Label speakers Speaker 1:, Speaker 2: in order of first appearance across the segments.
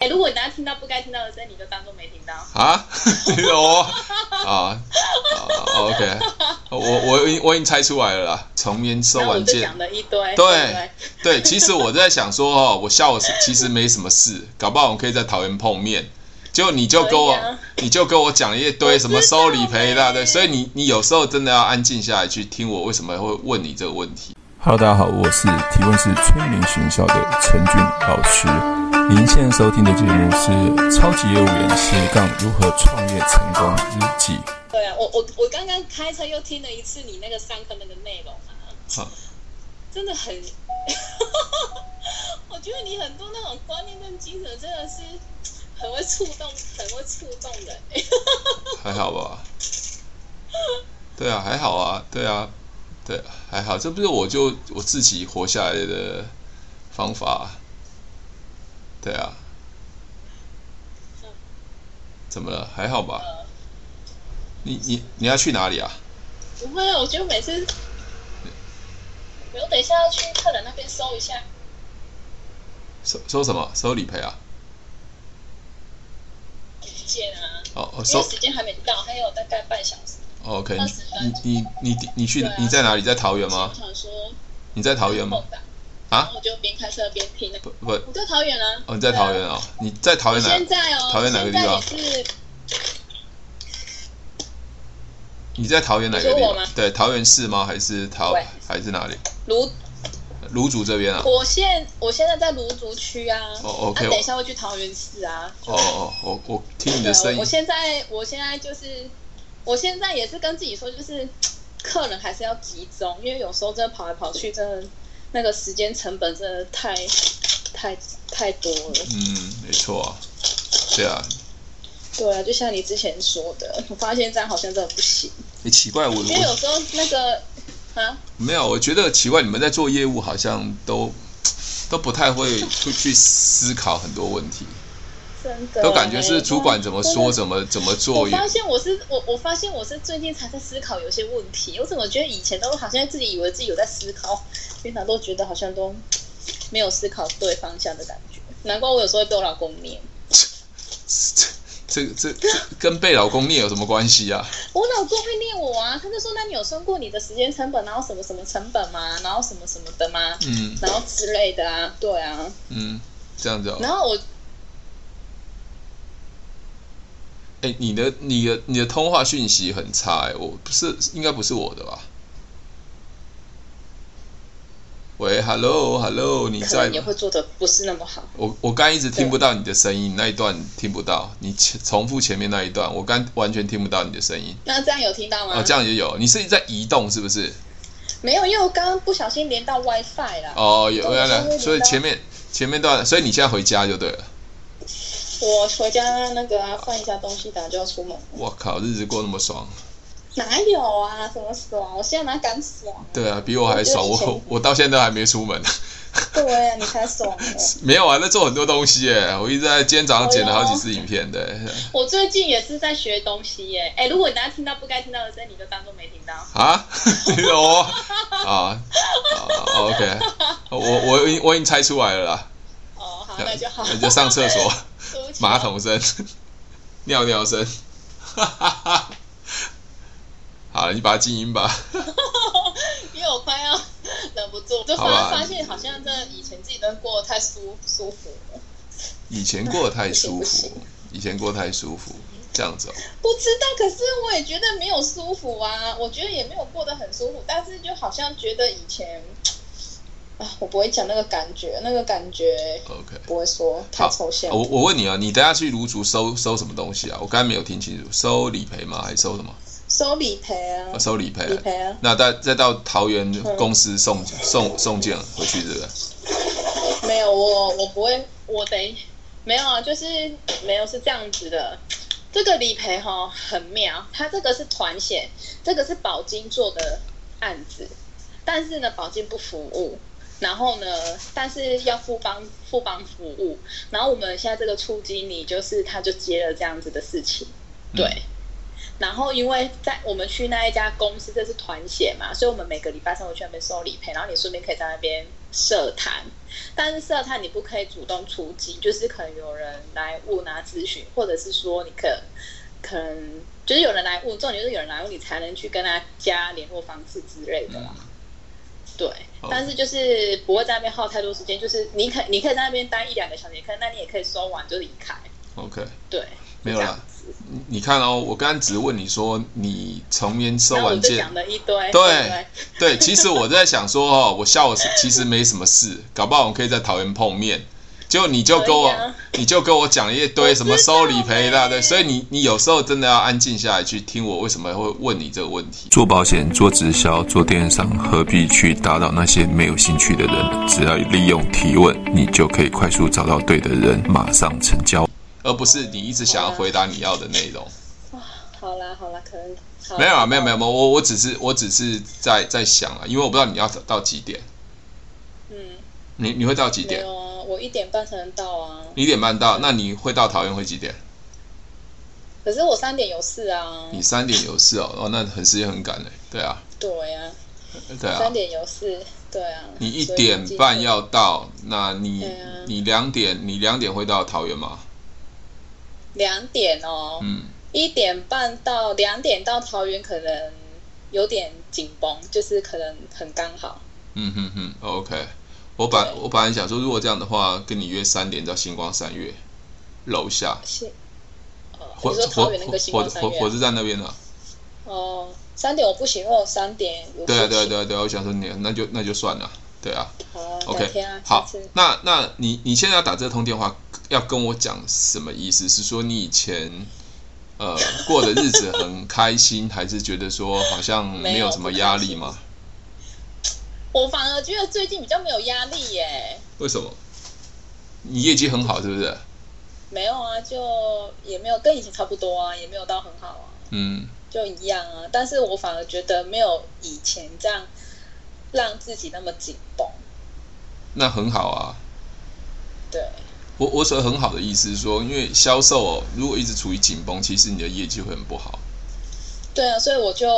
Speaker 1: 哎如果你等下听到不该听到的声音，你就当做没听到。
Speaker 2: 啊， 我啊啊，OK，我我已我已经猜出来了啦，重言收
Speaker 1: 然后我
Speaker 2: 完
Speaker 1: 就
Speaker 2: 件
Speaker 1: 讲。了一堆，对
Speaker 2: 对
Speaker 1: 不对
Speaker 2: 对，其实我在想说哦，我下午是其实没什么事，搞不好我们可以在桃园碰面。结果你就跟我，
Speaker 1: 可以啊
Speaker 2: 你就跟我讲一堆什么收理赔一大堆，
Speaker 1: 我知道
Speaker 2: 所以你你有时候真的要安静下来去听我为什么会问你这个问题。
Speaker 3: Hello，大家好，我是提问是催眠学校的陈俊老师。您现在收听的节目是《超级业务员斜杠如何创业成功日记》。
Speaker 1: 对啊，我我我刚刚开车又听了一次你那个上课那个内容啊，
Speaker 2: 好
Speaker 1: 真的很， 我觉得你很多那种观念跟精神真的是很会触动，很会触动人、欸。
Speaker 2: 还好吧？对啊，还好啊，对啊，对，还好，这不是我就我自己活下来的方法啊。对啊，怎么了？还好吧？
Speaker 1: 呃，
Speaker 2: 你你你要去哪里啊？
Speaker 1: 不会啊，我觉得每次，我等一下要去客人那边搜一下，
Speaker 2: 收收什么？收理赔啊？
Speaker 1: 一件啊，
Speaker 2: 哦哦
Speaker 1: 因
Speaker 2: 收
Speaker 1: 为时间还没到，还有大概半小时。
Speaker 2: 哦 OK，
Speaker 1: 二十分
Speaker 2: 你你你你你去
Speaker 1: 对啊
Speaker 2: 你在哪里？在桃园
Speaker 1: 我
Speaker 2: 吗？
Speaker 1: 想说
Speaker 2: 你在桃园啊吗
Speaker 1: 空？档，
Speaker 2: 啊
Speaker 1: 然后我就边开车边听那个。
Speaker 2: 不不，
Speaker 1: 我在桃园啊。
Speaker 2: 哦你在桃
Speaker 1: 对啊
Speaker 2: 园哦，你在桃园
Speaker 1: 现
Speaker 2: 哪？
Speaker 1: 在哦，
Speaker 2: 桃园哪个地方
Speaker 1: 现在也是
Speaker 2: 你在桃园哪个地
Speaker 1: 你说我
Speaker 2: 方
Speaker 1: 吗？
Speaker 2: 对，桃园市吗？还是桃
Speaker 1: 对
Speaker 2: 还是哪里？
Speaker 1: 芦，
Speaker 2: 芦竹这边啊？
Speaker 1: 我现我现在在芦竹区啊。
Speaker 2: 哦
Speaker 1: 那
Speaker 2: ，OK，
Speaker 1: 等一下会去桃园市啊。
Speaker 2: 哦哦，我我听你
Speaker 1: 对
Speaker 2: 的声
Speaker 1: 我
Speaker 2: 音
Speaker 1: 我，现在我现在就是，我现在也是跟自己说，就是客人还是要集中，因为有时候真的跑来跑去，真的那个时间成本真的太太太多了。
Speaker 2: 嗯，没错啊，对啊，
Speaker 1: 对啊，就像你之前说的，我发现这样好像真的不行，
Speaker 2: 也奇怪，我
Speaker 1: 因为有
Speaker 2: 我
Speaker 1: 时候那个啊。
Speaker 2: 没有，我觉得奇怪，你们在做业务好像都都不太会出去思考很多问题，
Speaker 1: 真的啊
Speaker 2: 都感觉是主管怎么说
Speaker 1: 怎
Speaker 2: 怎么怎么
Speaker 1: 我
Speaker 2: 做也
Speaker 1: 发现我是我，我发现我是最近才在思考有些问题。我怎么觉得以前都好像自己以为自己有在思考，平常都觉得好像都没有思考对方向的感觉。难怪我有时候会被我老公念。
Speaker 2: 这这这跟被老公虐有什么关系啊？
Speaker 1: 我老公会念我啊，他就说：“那你有算过你的时间成本，然后什么什么成本吗？然后什么什么的吗？
Speaker 2: 嗯
Speaker 1: 然后之类的啊，对啊。
Speaker 2: 嗯，这样子哦。
Speaker 1: 然后我
Speaker 2: 哎、你的你的你的通话讯息很差、哎，我不是应该不是我的吧？喂，hello hello，你
Speaker 1: 可
Speaker 2: 在
Speaker 1: 能也
Speaker 2: 吗？
Speaker 1: 会做的不是那么好。
Speaker 2: 我我刚一直听不到你的声音，那一段听不到，你前重复前面那一段，我刚完全听不到你的声音。
Speaker 1: 那这样有听到吗？
Speaker 2: 哦，这样也有，你是在移动是不是？
Speaker 1: 没有，因为我刚刚不小心连到 WiFi 啦。
Speaker 2: 哦，有
Speaker 1: 对
Speaker 2: 原
Speaker 1: 我现在在移
Speaker 2: 来，
Speaker 1: 动
Speaker 2: 所以前面前面段，所以你现在回家就对了。
Speaker 1: 我回家那个啊，换一下东西，等下就要出门。
Speaker 2: 我靠，日子过那么爽。
Speaker 1: 哪有啊？怎么爽？我现在哪敢爽？
Speaker 2: 对啊，比我还爽，
Speaker 1: 我觉得以
Speaker 2: 我
Speaker 1: 前
Speaker 2: 我到现在都还没出门，
Speaker 1: 对啊，你才爽呢。
Speaker 2: 没有啊，在做很多东西耶，我一直在今天早上剪了好
Speaker 1: 哎
Speaker 2: 几
Speaker 1: 呦
Speaker 2: 次影片对，
Speaker 1: 我最近也是在学东西耶。哎，如果你等下听到不该听到的声音，你就当做没听到。
Speaker 2: 啊， 我啊啊，OK，我我已我已经猜出来了啦，
Speaker 1: 哦，好，那就好。
Speaker 2: 那就上 厕所
Speaker 1: 对不起
Speaker 2: 马。桶声、尿尿声， 好了，你把它静音吧，
Speaker 1: 因为我快要忍不住，就
Speaker 2: 好
Speaker 1: 突
Speaker 2: 吧
Speaker 1: 然发现好像这以前自己都过得太舒舒服了。
Speaker 2: 以前过得太舒
Speaker 1: 不行
Speaker 2: 服，以前过得太舒服，这样子哦，
Speaker 1: 不知道，可是我也觉得没有舒服啊，我觉得也没有过得很舒服，但是就好像觉得以前，啊，我不会讲那个感觉，那个感觉
Speaker 2: OK
Speaker 1: 不会说太抽象。
Speaker 2: 我我问你啊，你等下去卢竹收收什么东西啊？我刚才没有听清楚，收理赔吗？还是收什么？
Speaker 1: 收理赔啊
Speaker 2: 啊，收理赔啊。
Speaker 1: 理赔啊，
Speaker 2: 那再再到桃园
Speaker 1: 嗯
Speaker 2: 公司送送送件回去，这个
Speaker 1: 没有我我不会，我得没有啊，就是没有是这样子的。这个理赔哈很妙，它这个是团险，这个是保金做的案子，但是呢保金不服务，然后呢，但是要富邦富邦服务，然后我们现在这个处经理就是他就接了这样子的事情，对。然后，因为在我们去那一家公司，这是团险嘛，所以我们每个礼拜三我去那边收理赔，然后你顺便可以在那边社谈，但是社探你不可以主动出击，就是可能有人来问啊咨询，或者是说你可可能就是有人来问，重点就是有人来问你才能去跟他加联络方式之类的啦。啊对，
Speaker 2: 嗯好
Speaker 1: 但是就是不会在那边耗太多时间，就是你可你可以在那边待一两个小时，也可以，那你也可以收完就离开。
Speaker 2: OK，
Speaker 1: 对，
Speaker 2: 没有啦
Speaker 1: 这样子。
Speaker 2: 你你看哦，我刚刚只问你说你从边收
Speaker 1: 然后我
Speaker 2: 完
Speaker 1: 就
Speaker 2: 件
Speaker 1: 讲，了一堆，
Speaker 2: 对
Speaker 1: 对
Speaker 2: 对，其实我在想说哦，我下午是其实没什么事，搞不好我们可以在桃园碰面。结果你就
Speaker 1: 可以
Speaker 2: 跟我，
Speaker 1: 啊
Speaker 2: 你就跟我讲了一堆什么收理赔一大堆，
Speaker 1: 我知道欸
Speaker 2: 所以你你有时候真的要安静下来去听我为什么会问你这个问题。
Speaker 3: 做保险、做直销、做电商，何必去打扰那些没有兴趣的人？只要利用提问，你就可以快速找到对的人，马上成交。
Speaker 2: 而不是你一直
Speaker 1: 啊
Speaker 2: 想要回答你要的内容。
Speaker 1: 好啦好啦，可能好啦
Speaker 2: 没有啊，没有没有，没有我我只是我只是在在想啊，因为我不知道你要到几点，
Speaker 1: 嗯，
Speaker 2: 你你会到几
Speaker 1: 没
Speaker 2: 点？
Speaker 1: 有啊，我一点半才能到啊，
Speaker 2: 你一点半到，那你会到桃园会几点？
Speaker 1: 可是我三点有事啊，
Speaker 2: 你三点有事哦，哦，那很时间很赶嘞，对啊，
Speaker 1: 对啊，
Speaker 2: 对啊
Speaker 1: 三，点有事，对啊，
Speaker 2: 你一
Speaker 1: 所以
Speaker 2: 点
Speaker 1: 今天
Speaker 2: 半要到，那你
Speaker 1: 对啊
Speaker 2: 你两点你两点会到桃园吗？
Speaker 1: 两点哦，
Speaker 2: 嗯，
Speaker 1: 一点半到两点到桃园可能有点紧绷，就是可能很刚好，
Speaker 2: 嗯哼哼，OK。我本
Speaker 1: 对
Speaker 2: 我本来想说，如果这样的话，跟你约三点到星光三月楼下，
Speaker 1: 是，呃，
Speaker 2: 火
Speaker 1: 你说
Speaker 2: 火
Speaker 1: 桃园那个星
Speaker 2: 火
Speaker 1: 光三啊
Speaker 2: 火
Speaker 1: 月
Speaker 2: 火车站那边啊呢、
Speaker 1: 哦，三点我不行，因为我三点有
Speaker 2: 对啊，
Speaker 1: 事
Speaker 2: 对啊，
Speaker 1: 情，
Speaker 2: 对啊，对啊，我想说你，那就那就算了，对啊
Speaker 1: 好啊改
Speaker 2: ，OK，
Speaker 1: 天啊，下
Speaker 2: 好
Speaker 1: 次，
Speaker 2: 那那你你现在要打这通电话，要跟我讲什么意思？是说你以前呃过的日子很开心，还是觉得说好像
Speaker 1: 没
Speaker 2: 没有
Speaker 1: 有
Speaker 2: 什么
Speaker 1: 不
Speaker 2: 压
Speaker 1: 开
Speaker 2: 力
Speaker 1: 心
Speaker 2: 吗？
Speaker 1: 我反而觉得最近比较没有压力耶。
Speaker 2: 为什么？你业绩很好，是不是？
Speaker 1: 没有啊，就也没有跟以前差不多啊，也没有到很好啊，
Speaker 2: 嗯，
Speaker 1: 就一样啊。但是我反而觉得没有以前这样让自己那么紧绷。
Speaker 2: 那很好啊。
Speaker 1: 对，
Speaker 2: 我我所谓很好的意思是说，因为销售哦，如果一直处于紧绷，其实你的业绩会很不好。
Speaker 1: 对啊，所以我就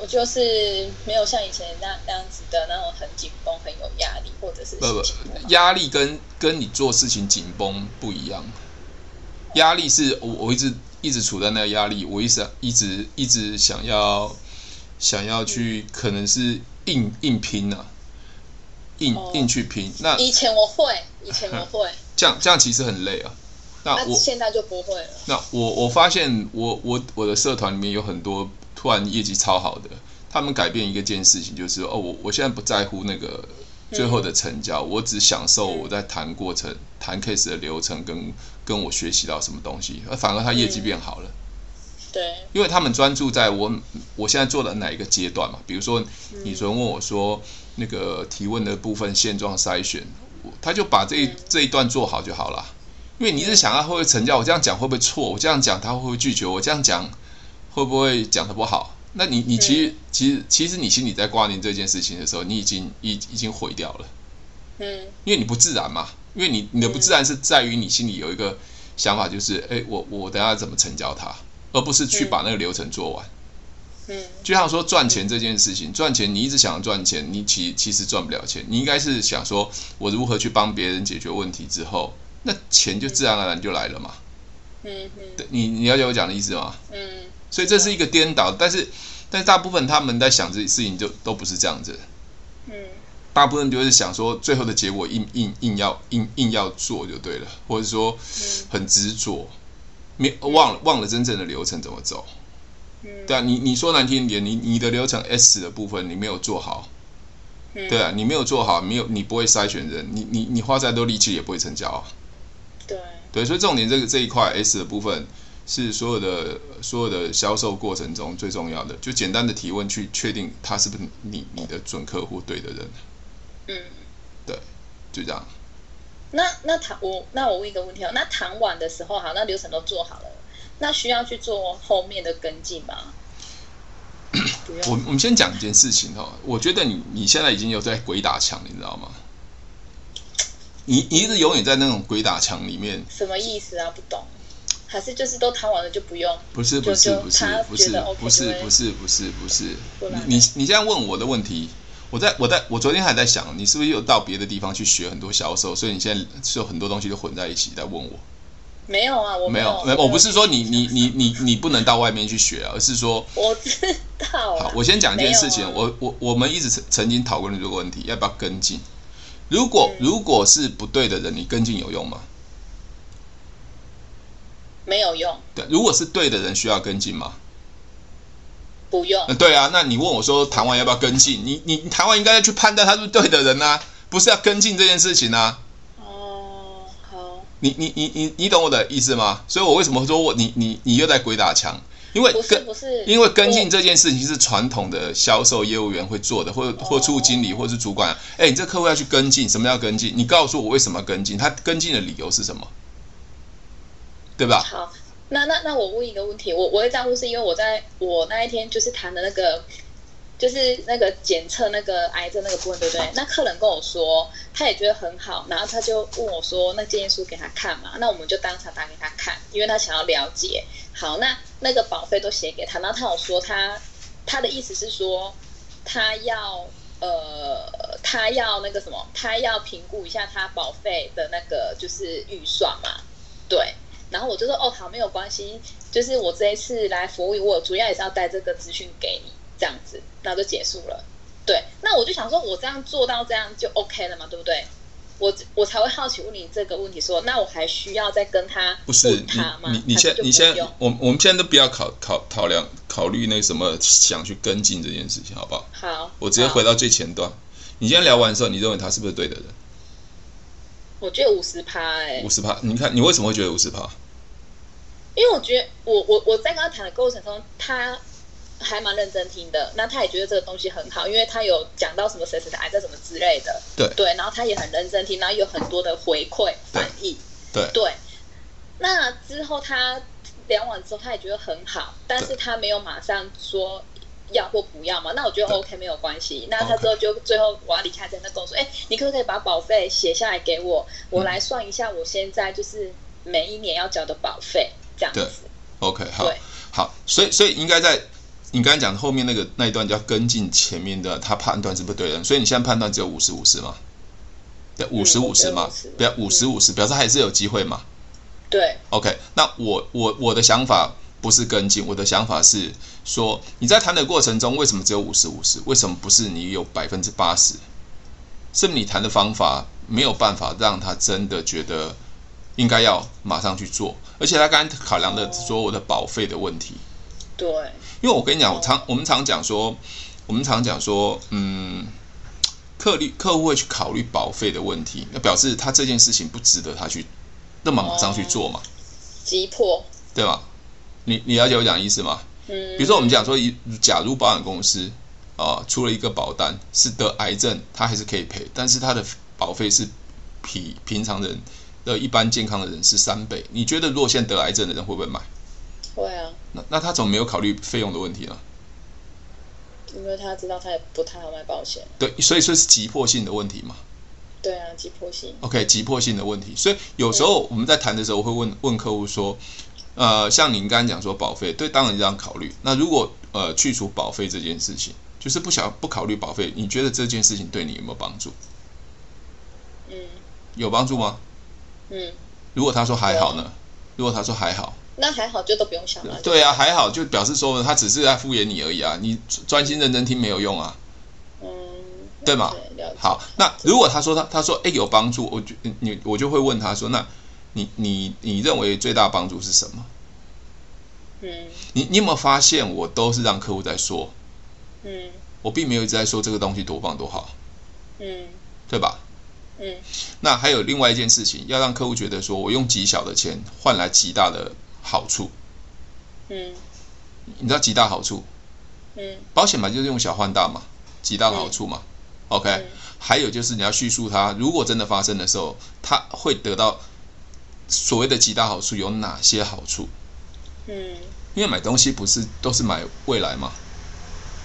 Speaker 1: 我就是没有像以前那那样子的那种很紧绷、很有压力，或者是
Speaker 2: 不
Speaker 1: 心
Speaker 2: 不
Speaker 1: 情不好，
Speaker 2: 压力跟跟你做事情紧绷不一样。压力是我我一直一直处在那个压力，我一直一直一直想要想要去，可能是硬硬拼呐、啊，硬
Speaker 1: 哦
Speaker 2: 硬去拼。那
Speaker 1: 以前我会，以前我会，
Speaker 2: 这样这样其实很累 啊。那
Speaker 1: 那
Speaker 2: 我
Speaker 1: 现在就不会了。
Speaker 2: 那我我发现我我我的社团里面有很多突然业绩超好的，他们改变一个件事情，就是哦，我我现在不在乎那个最后的成交，我只享受我在谈过程、谈 case 的流程跟跟我学习到什么东西，而反而他业绩变好了，
Speaker 1: 对，
Speaker 2: 因为他们专注在我我现在做的哪一个阶段嘛，比如说你昨天问我说那个提问的部分现状筛选，我他就把这一
Speaker 1: 嗯
Speaker 2: 这一段做好就好了。因为你是想要会不会成交，我这样讲会不会错？我这样讲他会不会拒绝？我这样讲会不会讲的不好？那你你其实其实其实你心里在挂念这件事情的时候，你已经已已经毁掉了，
Speaker 1: 嗯，
Speaker 2: 因为你不自然嘛。因为你你的不自然是在于你心里有一个想法，就是哎，我我等下怎么成交他，而不是去
Speaker 1: 嗯
Speaker 2: 把那个流程做完。
Speaker 1: 嗯，
Speaker 2: 就像说赚钱这件事情，赚钱你一直想要赚钱，你其其实赚不了钱。你应该是想说，我如何去帮别人解决问题之后，那钱就自然而然就来了嘛。
Speaker 1: 嗯，嗯，
Speaker 2: 对你你了解我讲的意思吗？
Speaker 1: 嗯，
Speaker 2: 所以这是一个颠倒，但是但是大部分他们在想这事情就都不是这样子，
Speaker 1: 嗯，
Speaker 2: 大部分就是想说最后的结果硬硬硬要硬硬要做就对了，或者说
Speaker 1: 嗯
Speaker 2: 很执着，没忘了忘了真正的流程怎么走。
Speaker 1: 嗯，
Speaker 2: 对啊，你你说难听一点，你你的流程 S 的部分你没有做好，
Speaker 1: 嗯
Speaker 2: 对啊，你没有做好，没有你不会筛选人，你你你花再多力气也不会成交啊。
Speaker 1: 对，
Speaker 2: 对，所以重点这个这一块 S 的部分是所有的所有的销售过程中最重要的，就简单的提问去确定他是不是你你的准客户对的人，
Speaker 1: 嗯。
Speaker 2: 就这样。
Speaker 1: 那那谈我那我问一个问题哦，那谈完的时候好，那流程都做好了，那需要去做后面的跟进 吗？不
Speaker 2: 我
Speaker 1: 用，
Speaker 2: 我们先讲一件事情哈，我觉得你你现在已经有在鬼打墙，你知道吗？你你一直永远在那种鬼打墙里面，
Speaker 1: 什么意思啊？不懂，还是就是都谈完了就不用？
Speaker 2: 不是不
Speaker 1: 就是就
Speaker 2: 不是
Speaker 1: 他
Speaker 2: 不
Speaker 1: 觉
Speaker 2: 是
Speaker 1: 得 OK
Speaker 2: 不是
Speaker 1: 就会
Speaker 2: 不是不是不是
Speaker 1: 不然，
Speaker 2: 你你你现在问我的问题，我在我在我昨天还在想，你是不是又到别的地方去学很多销售，所以你现在是有很多东西都混在一起在问我？
Speaker 1: 没有啊，我
Speaker 2: 没
Speaker 1: 有
Speaker 2: 有，，没有我不是说你你你你你不能到外面去学啊，而是说，
Speaker 1: 我知道啊
Speaker 2: 好，，我先讲一件事情，
Speaker 1: 没有啊
Speaker 2: 我我我们一直曾曾经讨论这个问题，要不要跟进？如果
Speaker 1: 嗯
Speaker 2: 如果是不对的人，你跟进有用吗？
Speaker 1: 没有用，
Speaker 2: 对，如果是对的人，需要跟进吗？
Speaker 1: 不用
Speaker 2: 嗯，对啊，那你问我说台湾要不要跟进？你你你台湾应该要去判断他是不是对的人啊，不是要跟进这件事情啊。
Speaker 1: 哦，好，
Speaker 2: 你你你你你懂我的意思吗？所以我为什么说我你你你又在鬼打墙？因为
Speaker 1: 不是
Speaker 2: 跟
Speaker 1: 不是，
Speaker 2: 因为跟进这件事情是传统的销售业务员会做的，或
Speaker 1: 哦
Speaker 2: 或处经理或是主管。哎，你这客户要去跟进，什么叫跟进？你告诉我为什么要跟进？他跟进的理由是什么？对吧？
Speaker 1: 好，那那那我问一个问题，我我会这样问，是因为我在我那一天就是谈的那个，就是那个检测那个癌症那个部分，对不对？那客人跟我说，他也觉得很好，然后他就问我说，那建议书给他看嘛，那我们就当场打给他看，因为他想要了解。好，那那个保费都写给他，然后他有说他他的意思是说，他要呃，他要那个什么，他要评估一下他保费的那个就是预算嘛，对。然后我就说哦好，没有关系，就是我这一次来服务，我主要也是要带这个资讯给你，这样子，然后就结束了。对，那我就想说，我这样做到这样就 OK 了嘛，对不对？我我才会好奇问你这个问题说，那我还需要再跟他
Speaker 2: 不是
Speaker 1: 问
Speaker 2: 你
Speaker 1: 他吗？
Speaker 2: 你你
Speaker 1: 还是
Speaker 2: 现
Speaker 1: 就
Speaker 2: 你
Speaker 1: 不
Speaker 2: 现在
Speaker 1: 用
Speaker 2: 我们我们现在都不要考考考量考虑那个什么想去跟进这件事情，好不好？
Speaker 1: 好，
Speaker 2: 我直接
Speaker 1: 好
Speaker 2: 回到最前端。你今天聊完的时候，你认为他是不是对的人？
Speaker 1: 我觉得五十趴哎，
Speaker 2: 五十趴，你看你为什么会觉得五十趴？
Speaker 1: 因为我觉得我我我在跟他谈的过程中，他还蛮认真听的，那他也觉得这个东西很好，因为他有讲到什么谁谁的癌症什么之类的，
Speaker 2: 对
Speaker 1: 对，然后他也很认真听，然后有很多的回馈
Speaker 2: 对
Speaker 1: 反应，
Speaker 2: 对
Speaker 1: 对。那之后他聊完之后，他也觉得很好，但是他没有马上说要或不要嘛，那我觉得
Speaker 2: 对
Speaker 1: OK 没有关系。那他之后就最后我要离开之前，他跟我说，哎、你可不可以把保费写下来给我，
Speaker 2: 嗯
Speaker 1: 我来算一下我现在就是每一年要交的保费这样子。
Speaker 2: OK，好
Speaker 1: 对，
Speaker 2: 好，所以所以应该在你刚才讲后面那个那一段叫跟进前面的，他判断是不是对的人，所以你现在判断只有五十五十嘛？对，五十五十嘛
Speaker 1: 嗯我觉得50，
Speaker 2: 不要五十五十，表示还是有机会嘛。
Speaker 1: 对
Speaker 2: OK，那我我我的想法不是跟进，我的想法是说你在谈的过程中，为什么只有五十五十？为什么不是你有百分之八十？是不是你谈的方法没有办法让他真的觉得应该要马上去做，而且他刚才考量的是说我的保费的问题，
Speaker 1: 对，
Speaker 2: 因为我跟你讲，我常我们常讲说，我们常讲说，嗯，客利客户会去考虑保费的问题，那表示他这件事情不值得他去那么马上去做嘛。
Speaker 1: 急迫，
Speaker 2: 对吗？你你了解我讲的意思吗？
Speaker 1: 嗯，
Speaker 2: 比如说我们讲说，一假如保险公司啊、出了一个保单是得癌症，它还是可以赔，但是它的保费是比平常人的一般健康的人是三倍。你觉得如果现在得癌症的人会不会买？
Speaker 1: 会啊，
Speaker 2: 那那他怎么没有考虑费用的问题呢？
Speaker 1: 因为他知道他也不太好买保险，
Speaker 2: 对，所以说是急迫性的问题嘛。
Speaker 1: 对啊，急迫性，
Speaker 2: OK，急迫性的问题。所以有时候我们在谈的时候，我会问问客户说，呃，像您刚刚讲说保费，对，当然这样考虑。那如果呃去除保费这件事情，就是不想不考虑保费，你觉得这件事情对你有没有帮助？
Speaker 1: 嗯
Speaker 2: 有帮助吗？
Speaker 1: 嗯，
Speaker 2: 如果他说还好呢？如果他说还好，
Speaker 1: 那还好，就都不用想了，
Speaker 2: 对啊，还好，就表示说他只是在敷衍你而已啊，你专心认真听没有用啊。
Speaker 1: 嗯，
Speaker 2: 对嘛
Speaker 1: 对，了解
Speaker 2: 好，那如果他说他他说哎有帮助，我就你我就会问他说，那你你你认为最大帮助是什么？
Speaker 1: 嗯
Speaker 2: 你你有没有发现，我都是让客户在说，
Speaker 1: 嗯
Speaker 2: 我并没有一直在说这个东西多棒多好，
Speaker 1: 嗯
Speaker 2: 对吧？
Speaker 1: 嗯
Speaker 2: 那还有另外一件事情，要让客户觉得说我用极小的钱换来极大的好处。
Speaker 1: 嗯
Speaker 2: 你知道极大好处，
Speaker 1: 嗯
Speaker 2: 保险嘛就是用小换大嘛，极大的好处嘛。OK，、
Speaker 1: 嗯
Speaker 2: 还有就是你要叙述他如果真的发生的时候，他会得到所谓的极大好处有哪些好处？
Speaker 1: 嗯，
Speaker 2: 因为买东西不是都是买未来嘛，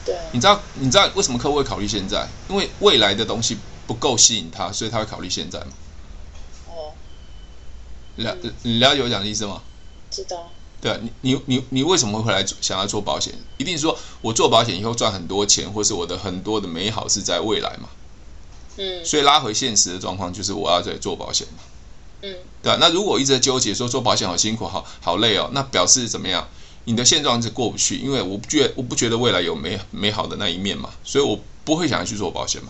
Speaker 1: 对啊，
Speaker 2: 你知道你知道为什么客户会考虑现在？因为未来的东西不够吸引他，所以他会考虑现在嘛。
Speaker 1: 哦，
Speaker 2: 了了解我讲的意思吗？
Speaker 1: 知道，
Speaker 2: 对啊，你你你你为什么会来做想要做保险？一定是说我做保险以后赚很多钱，或是我的很多的美好是在未来嘛。
Speaker 1: 嗯
Speaker 2: 所以拉回现实的状况就是我要在做保险嘛，
Speaker 1: 嗯
Speaker 2: 对啊，那如果一直在纠结说做保险好辛苦，好好累哦，那表示怎么样？你的现状是过不去，因为我不觉我不觉得未来有美美好的那一面嘛，所以我不会想要去做保险嘛。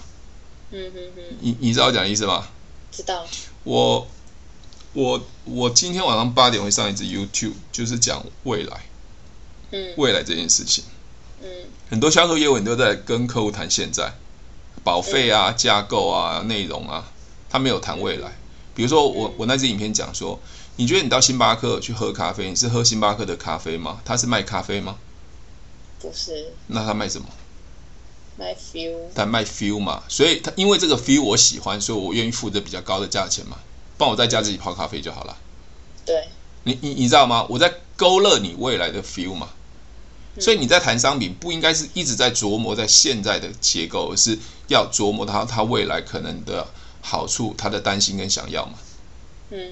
Speaker 1: 嗯嗯嗯，
Speaker 2: 你你知道我讲的意思吗？
Speaker 1: 知道。
Speaker 2: 我我我今天晚上八点会上一支 YouTube，就是讲未来
Speaker 1: 嗯
Speaker 2: 未来这件事情。
Speaker 1: 嗯
Speaker 2: 很多销售业务你都在跟客户谈现在，保费啊、架构啊、内容啊，他没有谈未来。比如说我
Speaker 1: 嗯
Speaker 2: 我那支影片讲说，你觉得你到星巴克去喝咖啡，你是喝星巴克的咖啡吗？他是卖咖啡吗？
Speaker 1: 不是
Speaker 2: 那他卖什么？
Speaker 1: my feel。
Speaker 2: 他卖 feel 嘛。所以他因为这个 feel 我喜欢，所以我愿意付这比较高的价钱嘛。帮我在家自己泡咖啡就好了。
Speaker 1: 对，
Speaker 2: 你你你知道吗？我在勾勒你未来的 feel 嘛，
Speaker 1: 嗯
Speaker 2: 所以你在谈商品不应该是一直在琢磨在现在的结构，而是要琢磨它它未来可能的好处、它的担心跟想要嘛，
Speaker 1: 嗯，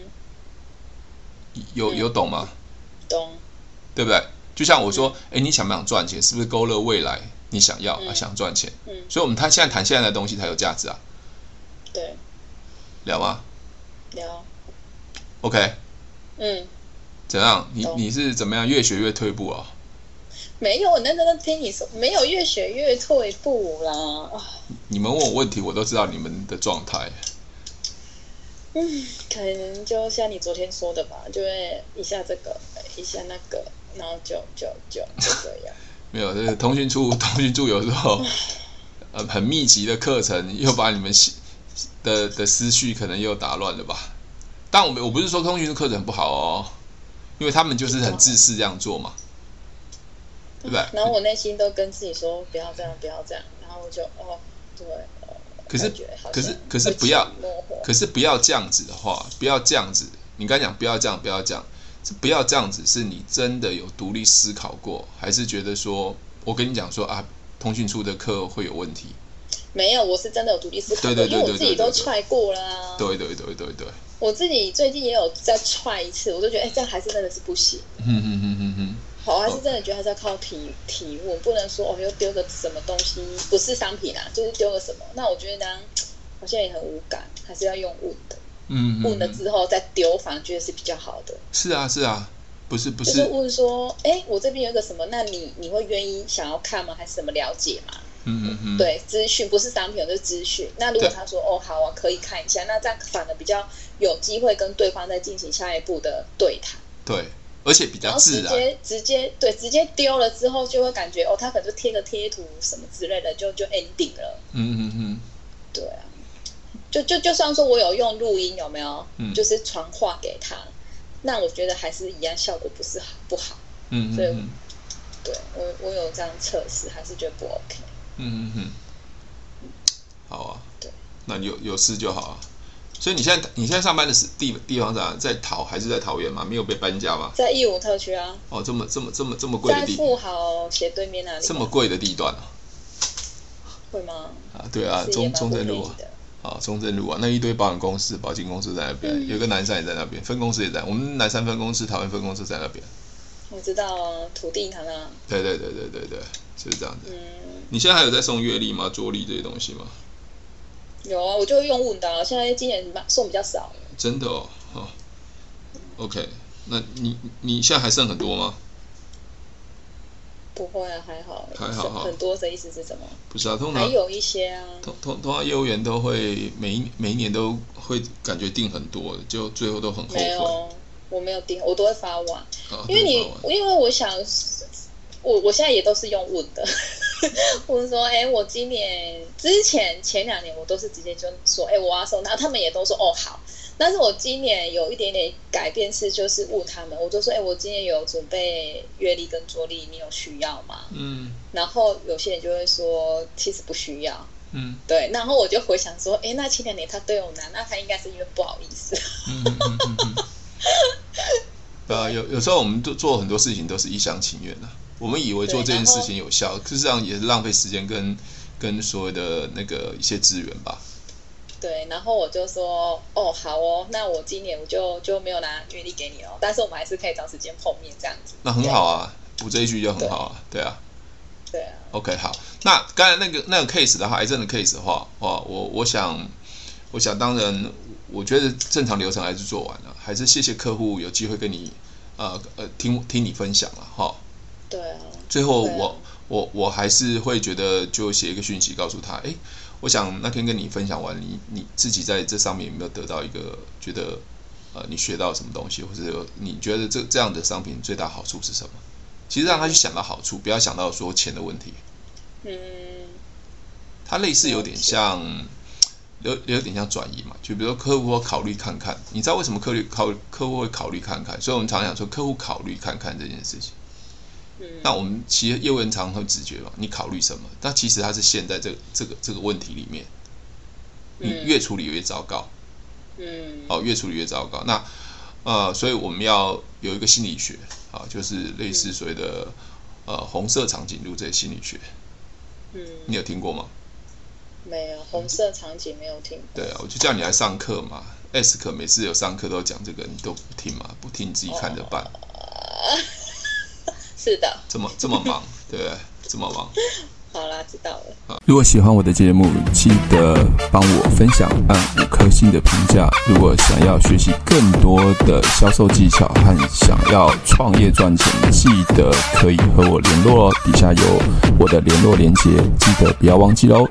Speaker 2: 有有懂吗？
Speaker 1: 懂。
Speaker 2: 对不对？就像我说，哎，你想不想赚钱？是不是勾勒未来你想要啊？
Speaker 1: 嗯
Speaker 2: 想赚钱，
Speaker 1: 嗯
Speaker 2: 所以我们谈现在谈现在的东西才有价值啊，
Speaker 1: 对，
Speaker 2: 了吗
Speaker 1: 聊。
Speaker 2: ？OK，
Speaker 1: 嗯，
Speaker 2: 怎样？你
Speaker 1: 懂
Speaker 2: 你是怎么样越学越退步啊？
Speaker 1: 没有，我认真的听你说，没有越学越退步啦。啊，
Speaker 2: 你们问我问题，我都知道你们的状态。
Speaker 1: 嗯，可能就像你昨天说的吧，就会一下这个，一下那个，然后就就就就这样。
Speaker 2: 没有，就是通讯处，通讯处有时候 呃很密集的课程，又把你们心的的思绪可能又打乱了吧。但我们我不是说通讯处课程不好哦，因为他们就是很自私这样做嘛，对不
Speaker 1: 然后
Speaker 2: 对？
Speaker 1: 我内心都跟自己说不要这样，不要这样，然后我就哦，对，哦
Speaker 2: 可是
Speaker 1: 感觉好像
Speaker 2: 可是可是不要
Speaker 1: 会寂寞
Speaker 2: 可是不要这样子的话，不要这样子。你刚才讲不要这样，不要这样，是不要这样子，是你真的有独立思考过，还是觉得说我跟你讲说啊，通讯处的课会有问题？
Speaker 1: 没有，我是真的有独立思考
Speaker 2: 对
Speaker 1: 的，
Speaker 2: 对
Speaker 1: 因
Speaker 2: 对
Speaker 1: 为我
Speaker 2: 对
Speaker 1: 自
Speaker 2: 对
Speaker 1: 己
Speaker 2: 对
Speaker 1: 都
Speaker 2: 对
Speaker 1: 踹过了啊。
Speaker 2: 对对对对对，
Speaker 1: 我自己最近也有再踹一次，我就觉得哎、这样还是真的是不行。
Speaker 2: 嗯嗯嗯嗯嗯。
Speaker 1: 好，还是真的觉得还是要靠体体悟，不能说哦又丢个什么东西，不是商品啊，就是丢个什么。那我觉得呢，好像也很无感，还是要用问的，
Speaker 2: 嗯，
Speaker 1: 问了
Speaker 2: 嗯
Speaker 1: 之后再丢，反而觉得是比较好的。
Speaker 2: 是啊是啊，不是不
Speaker 1: 就是
Speaker 2: 是，
Speaker 1: 问说，哎、我这边有一个什么，那你你会愿意想要看吗？还是什么了解吗？
Speaker 2: 嗯嗯嗯，，
Speaker 1: 对，资讯不是商品，就是资讯。那如果
Speaker 2: 对
Speaker 1: 他说哦好啊，可以看一下，那这样反而比较有机会跟对方再进行下一步的对谈。
Speaker 2: 对，而且比
Speaker 1: 然
Speaker 2: 较
Speaker 1: 后
Speaker 2: 自
Speaker 1: 直
Speaker 2: 然，
Speaker 1: 接直接对直接丢了之后，就会感觉哦，他可能就贴个贴图什么之类的，就就 ending 了。
Speaker 2: 嗯嗯嗯，
Speaker 1: 对啊，就就就算说我有用录音，有没有？
Speaker 2: 嗯
Speaker 1: 就是传话给他，那我觉得还是一样效果不是好不好。
Speaker 2: 嗯嗯
Speaker 1: 对
Speaker 2: 嗯
Speaker 1: 对我我有这样测试，还是觉得不 OK。
Speaker 2: 嗯嗯嗯，好啊
Speaker 1: 对，
Speaker 2: 那有有事就好啊。所以你现在你现在上班的是地地方在哪在桃还是在桃园吗？没有被搬家吗？
Speaker 1: 在义务特区啊，
Speaker 2: 哦，这么这么这么这么贵
Speaker 1: 在
Speaker 2: 的地，
Speaker 1: 富豪斜对面那里，
Speaker 2: 这么贵的地段啊？
Speaker 1: 会吗？
Speaker 2: 啊，对啊，
Speaker 1: 是也
Speaker 2: 中
Speaker 1: 蛮
Speaker 2: 中
Speaker 1: 不
Speaker 2: 正
Speaker 1: 便
Speaker 2: 路
Speaker 1: 宜
Speaker 2: 啊，
Speaker 1: 的。
Speaker 2: 啊，中正路啊，那一堆保险公司、保金公司在那边，
Speaker 1: 嗯
Speaker 2: 有一个南山也在那边，分公司也在，我们南山分公司、桃园分公司在那边。
Speaker 1: 我知道啊，土地行啊，
Speaker 2: 对对对对对对，就是这样子。
Speaker 1: 嗯，
Speaker 2: 你现在还有在送月历吗？桌历这些东西吗？
Speaker 1: 有啊，我就用问的啊、现在今年蛮送比较少。
Speaker 2: 真的哦，哦，OK，那你你现在还剩很多吗？
Speaker 1: 不会啊，还好，
Speaker 2: 还好哈
Speaker 1: 很多的意思是什么？
Speaker 2: 不是啊，通
Speaker 1: 还
Speaker 2: 常
Speaker 1: 有一些啊，
Speaker 2: 通通通常业务员都会每一每一年都会感觉定很多，就最后都很后
Speaker 1: 没
Speaker 2: 悔。
Speaker 1: 有，我没有订，我都会发完，
Speaker 2: 啊、
Speaker 1: 因为你
Speaker 2: 对吧，
Speaker 1: 因为我想，我我现在也都是用问的， 问说，哎、我今年之前前两年我都是直接就说，哎、我要送，然后他们也都说，哦，好。但是我今年有一点点改变是，就是问他们，我就说，哎、我今年有准备月历跟桌历，你有需要吗？
Speaker 2: 嗯
Speaker 1: 然后有些人就会说，其实不需要。
Speaker 2: 嗯
Speaker 1: 对，然后我就回想说，诶，哎那前两年他对我难，那他应该是因为不好意思。
Speaker 2: 嗯嗯嗯嗯嗯，对啊，有有时候我们做做很多事情都是一厢情愿的、我们以为做这件事情有效，事实际上也是浪费时间跟跟所谓的那个一些资源吧。
Speaker 1: 对，然后我就说，哦，好哦，那我今年我就就没有拿月历给你哦，但是我们还是可以找时间碰面这样子。
Speaker 2: 那很好啊，补这一句就很好啊，对啊。
Speaker 1: 对啊，
Speaker 2: OK，好，那刚才那个那个 case 的话，癌症的 case 的话，哇，我我想，我想当然，我觉得正常流程还是做完了，还是谢谢客户有机会跟你，呃呃，听听你分享了哈。
Speaker 1: 对啊，
Speaker 2: 最后
Speaker 1: 对啊
Speaker 2: 我我我还是会觉得，就写一个讯息告诉他，诶，我想那天跟你分享完，你你自己在这上面有没有得到一个觉得，呃，你学到什么东西，或者你觉得这这样的商品最大好处是什么？其实让他去想到好处，不要想到说钱的问题。
Speaker 1: 嗯，
Speaker 2: 它类似有点像，有有点像转移嘛，就比如说客户会考虑看看，你知道为什么客户考客户会考虑看看？所以我们常讲说客户考虑看看这件事情。
Speaker 1: 嗯
Speaker 2: 那我们其实业务员常常会直觉嘛，你考虑什么？那其实它是陷在这个这个这个问题里面，你
Speaker 1: 嗯
Speaker 2: 越处理越糟糕，
Speaker 1: 嗯，
Speaker 2: 哦，越处理越糟糕。那呃，所以我们要有一个心理学啊，就是类似所谓的呃红色长颈鹿这些心理学，
Speaker 1: 嗯，
Speaker 2: 你有听过吗？
Speaker 1: 没有红色场景没有听过。
Speaker 2: 对啊，我就叫你来上课嘛。S 可每次有上课都讲这个，你都不听嘛，不听你自己看着办。
Speaker 1: 呃是的，
Speaker 2: 这么这么忙，对不对？这么忙，
Speaker 1: 好啦，知道了。
Speaker 3: 如果喜欢我的节目，记得帮我分享，按五颗星的评价。如果想要学习更多的销售技巧和想要创业赚钱，记得可以和我联络哦。底下有我的联络连接，记得不要忘记喽。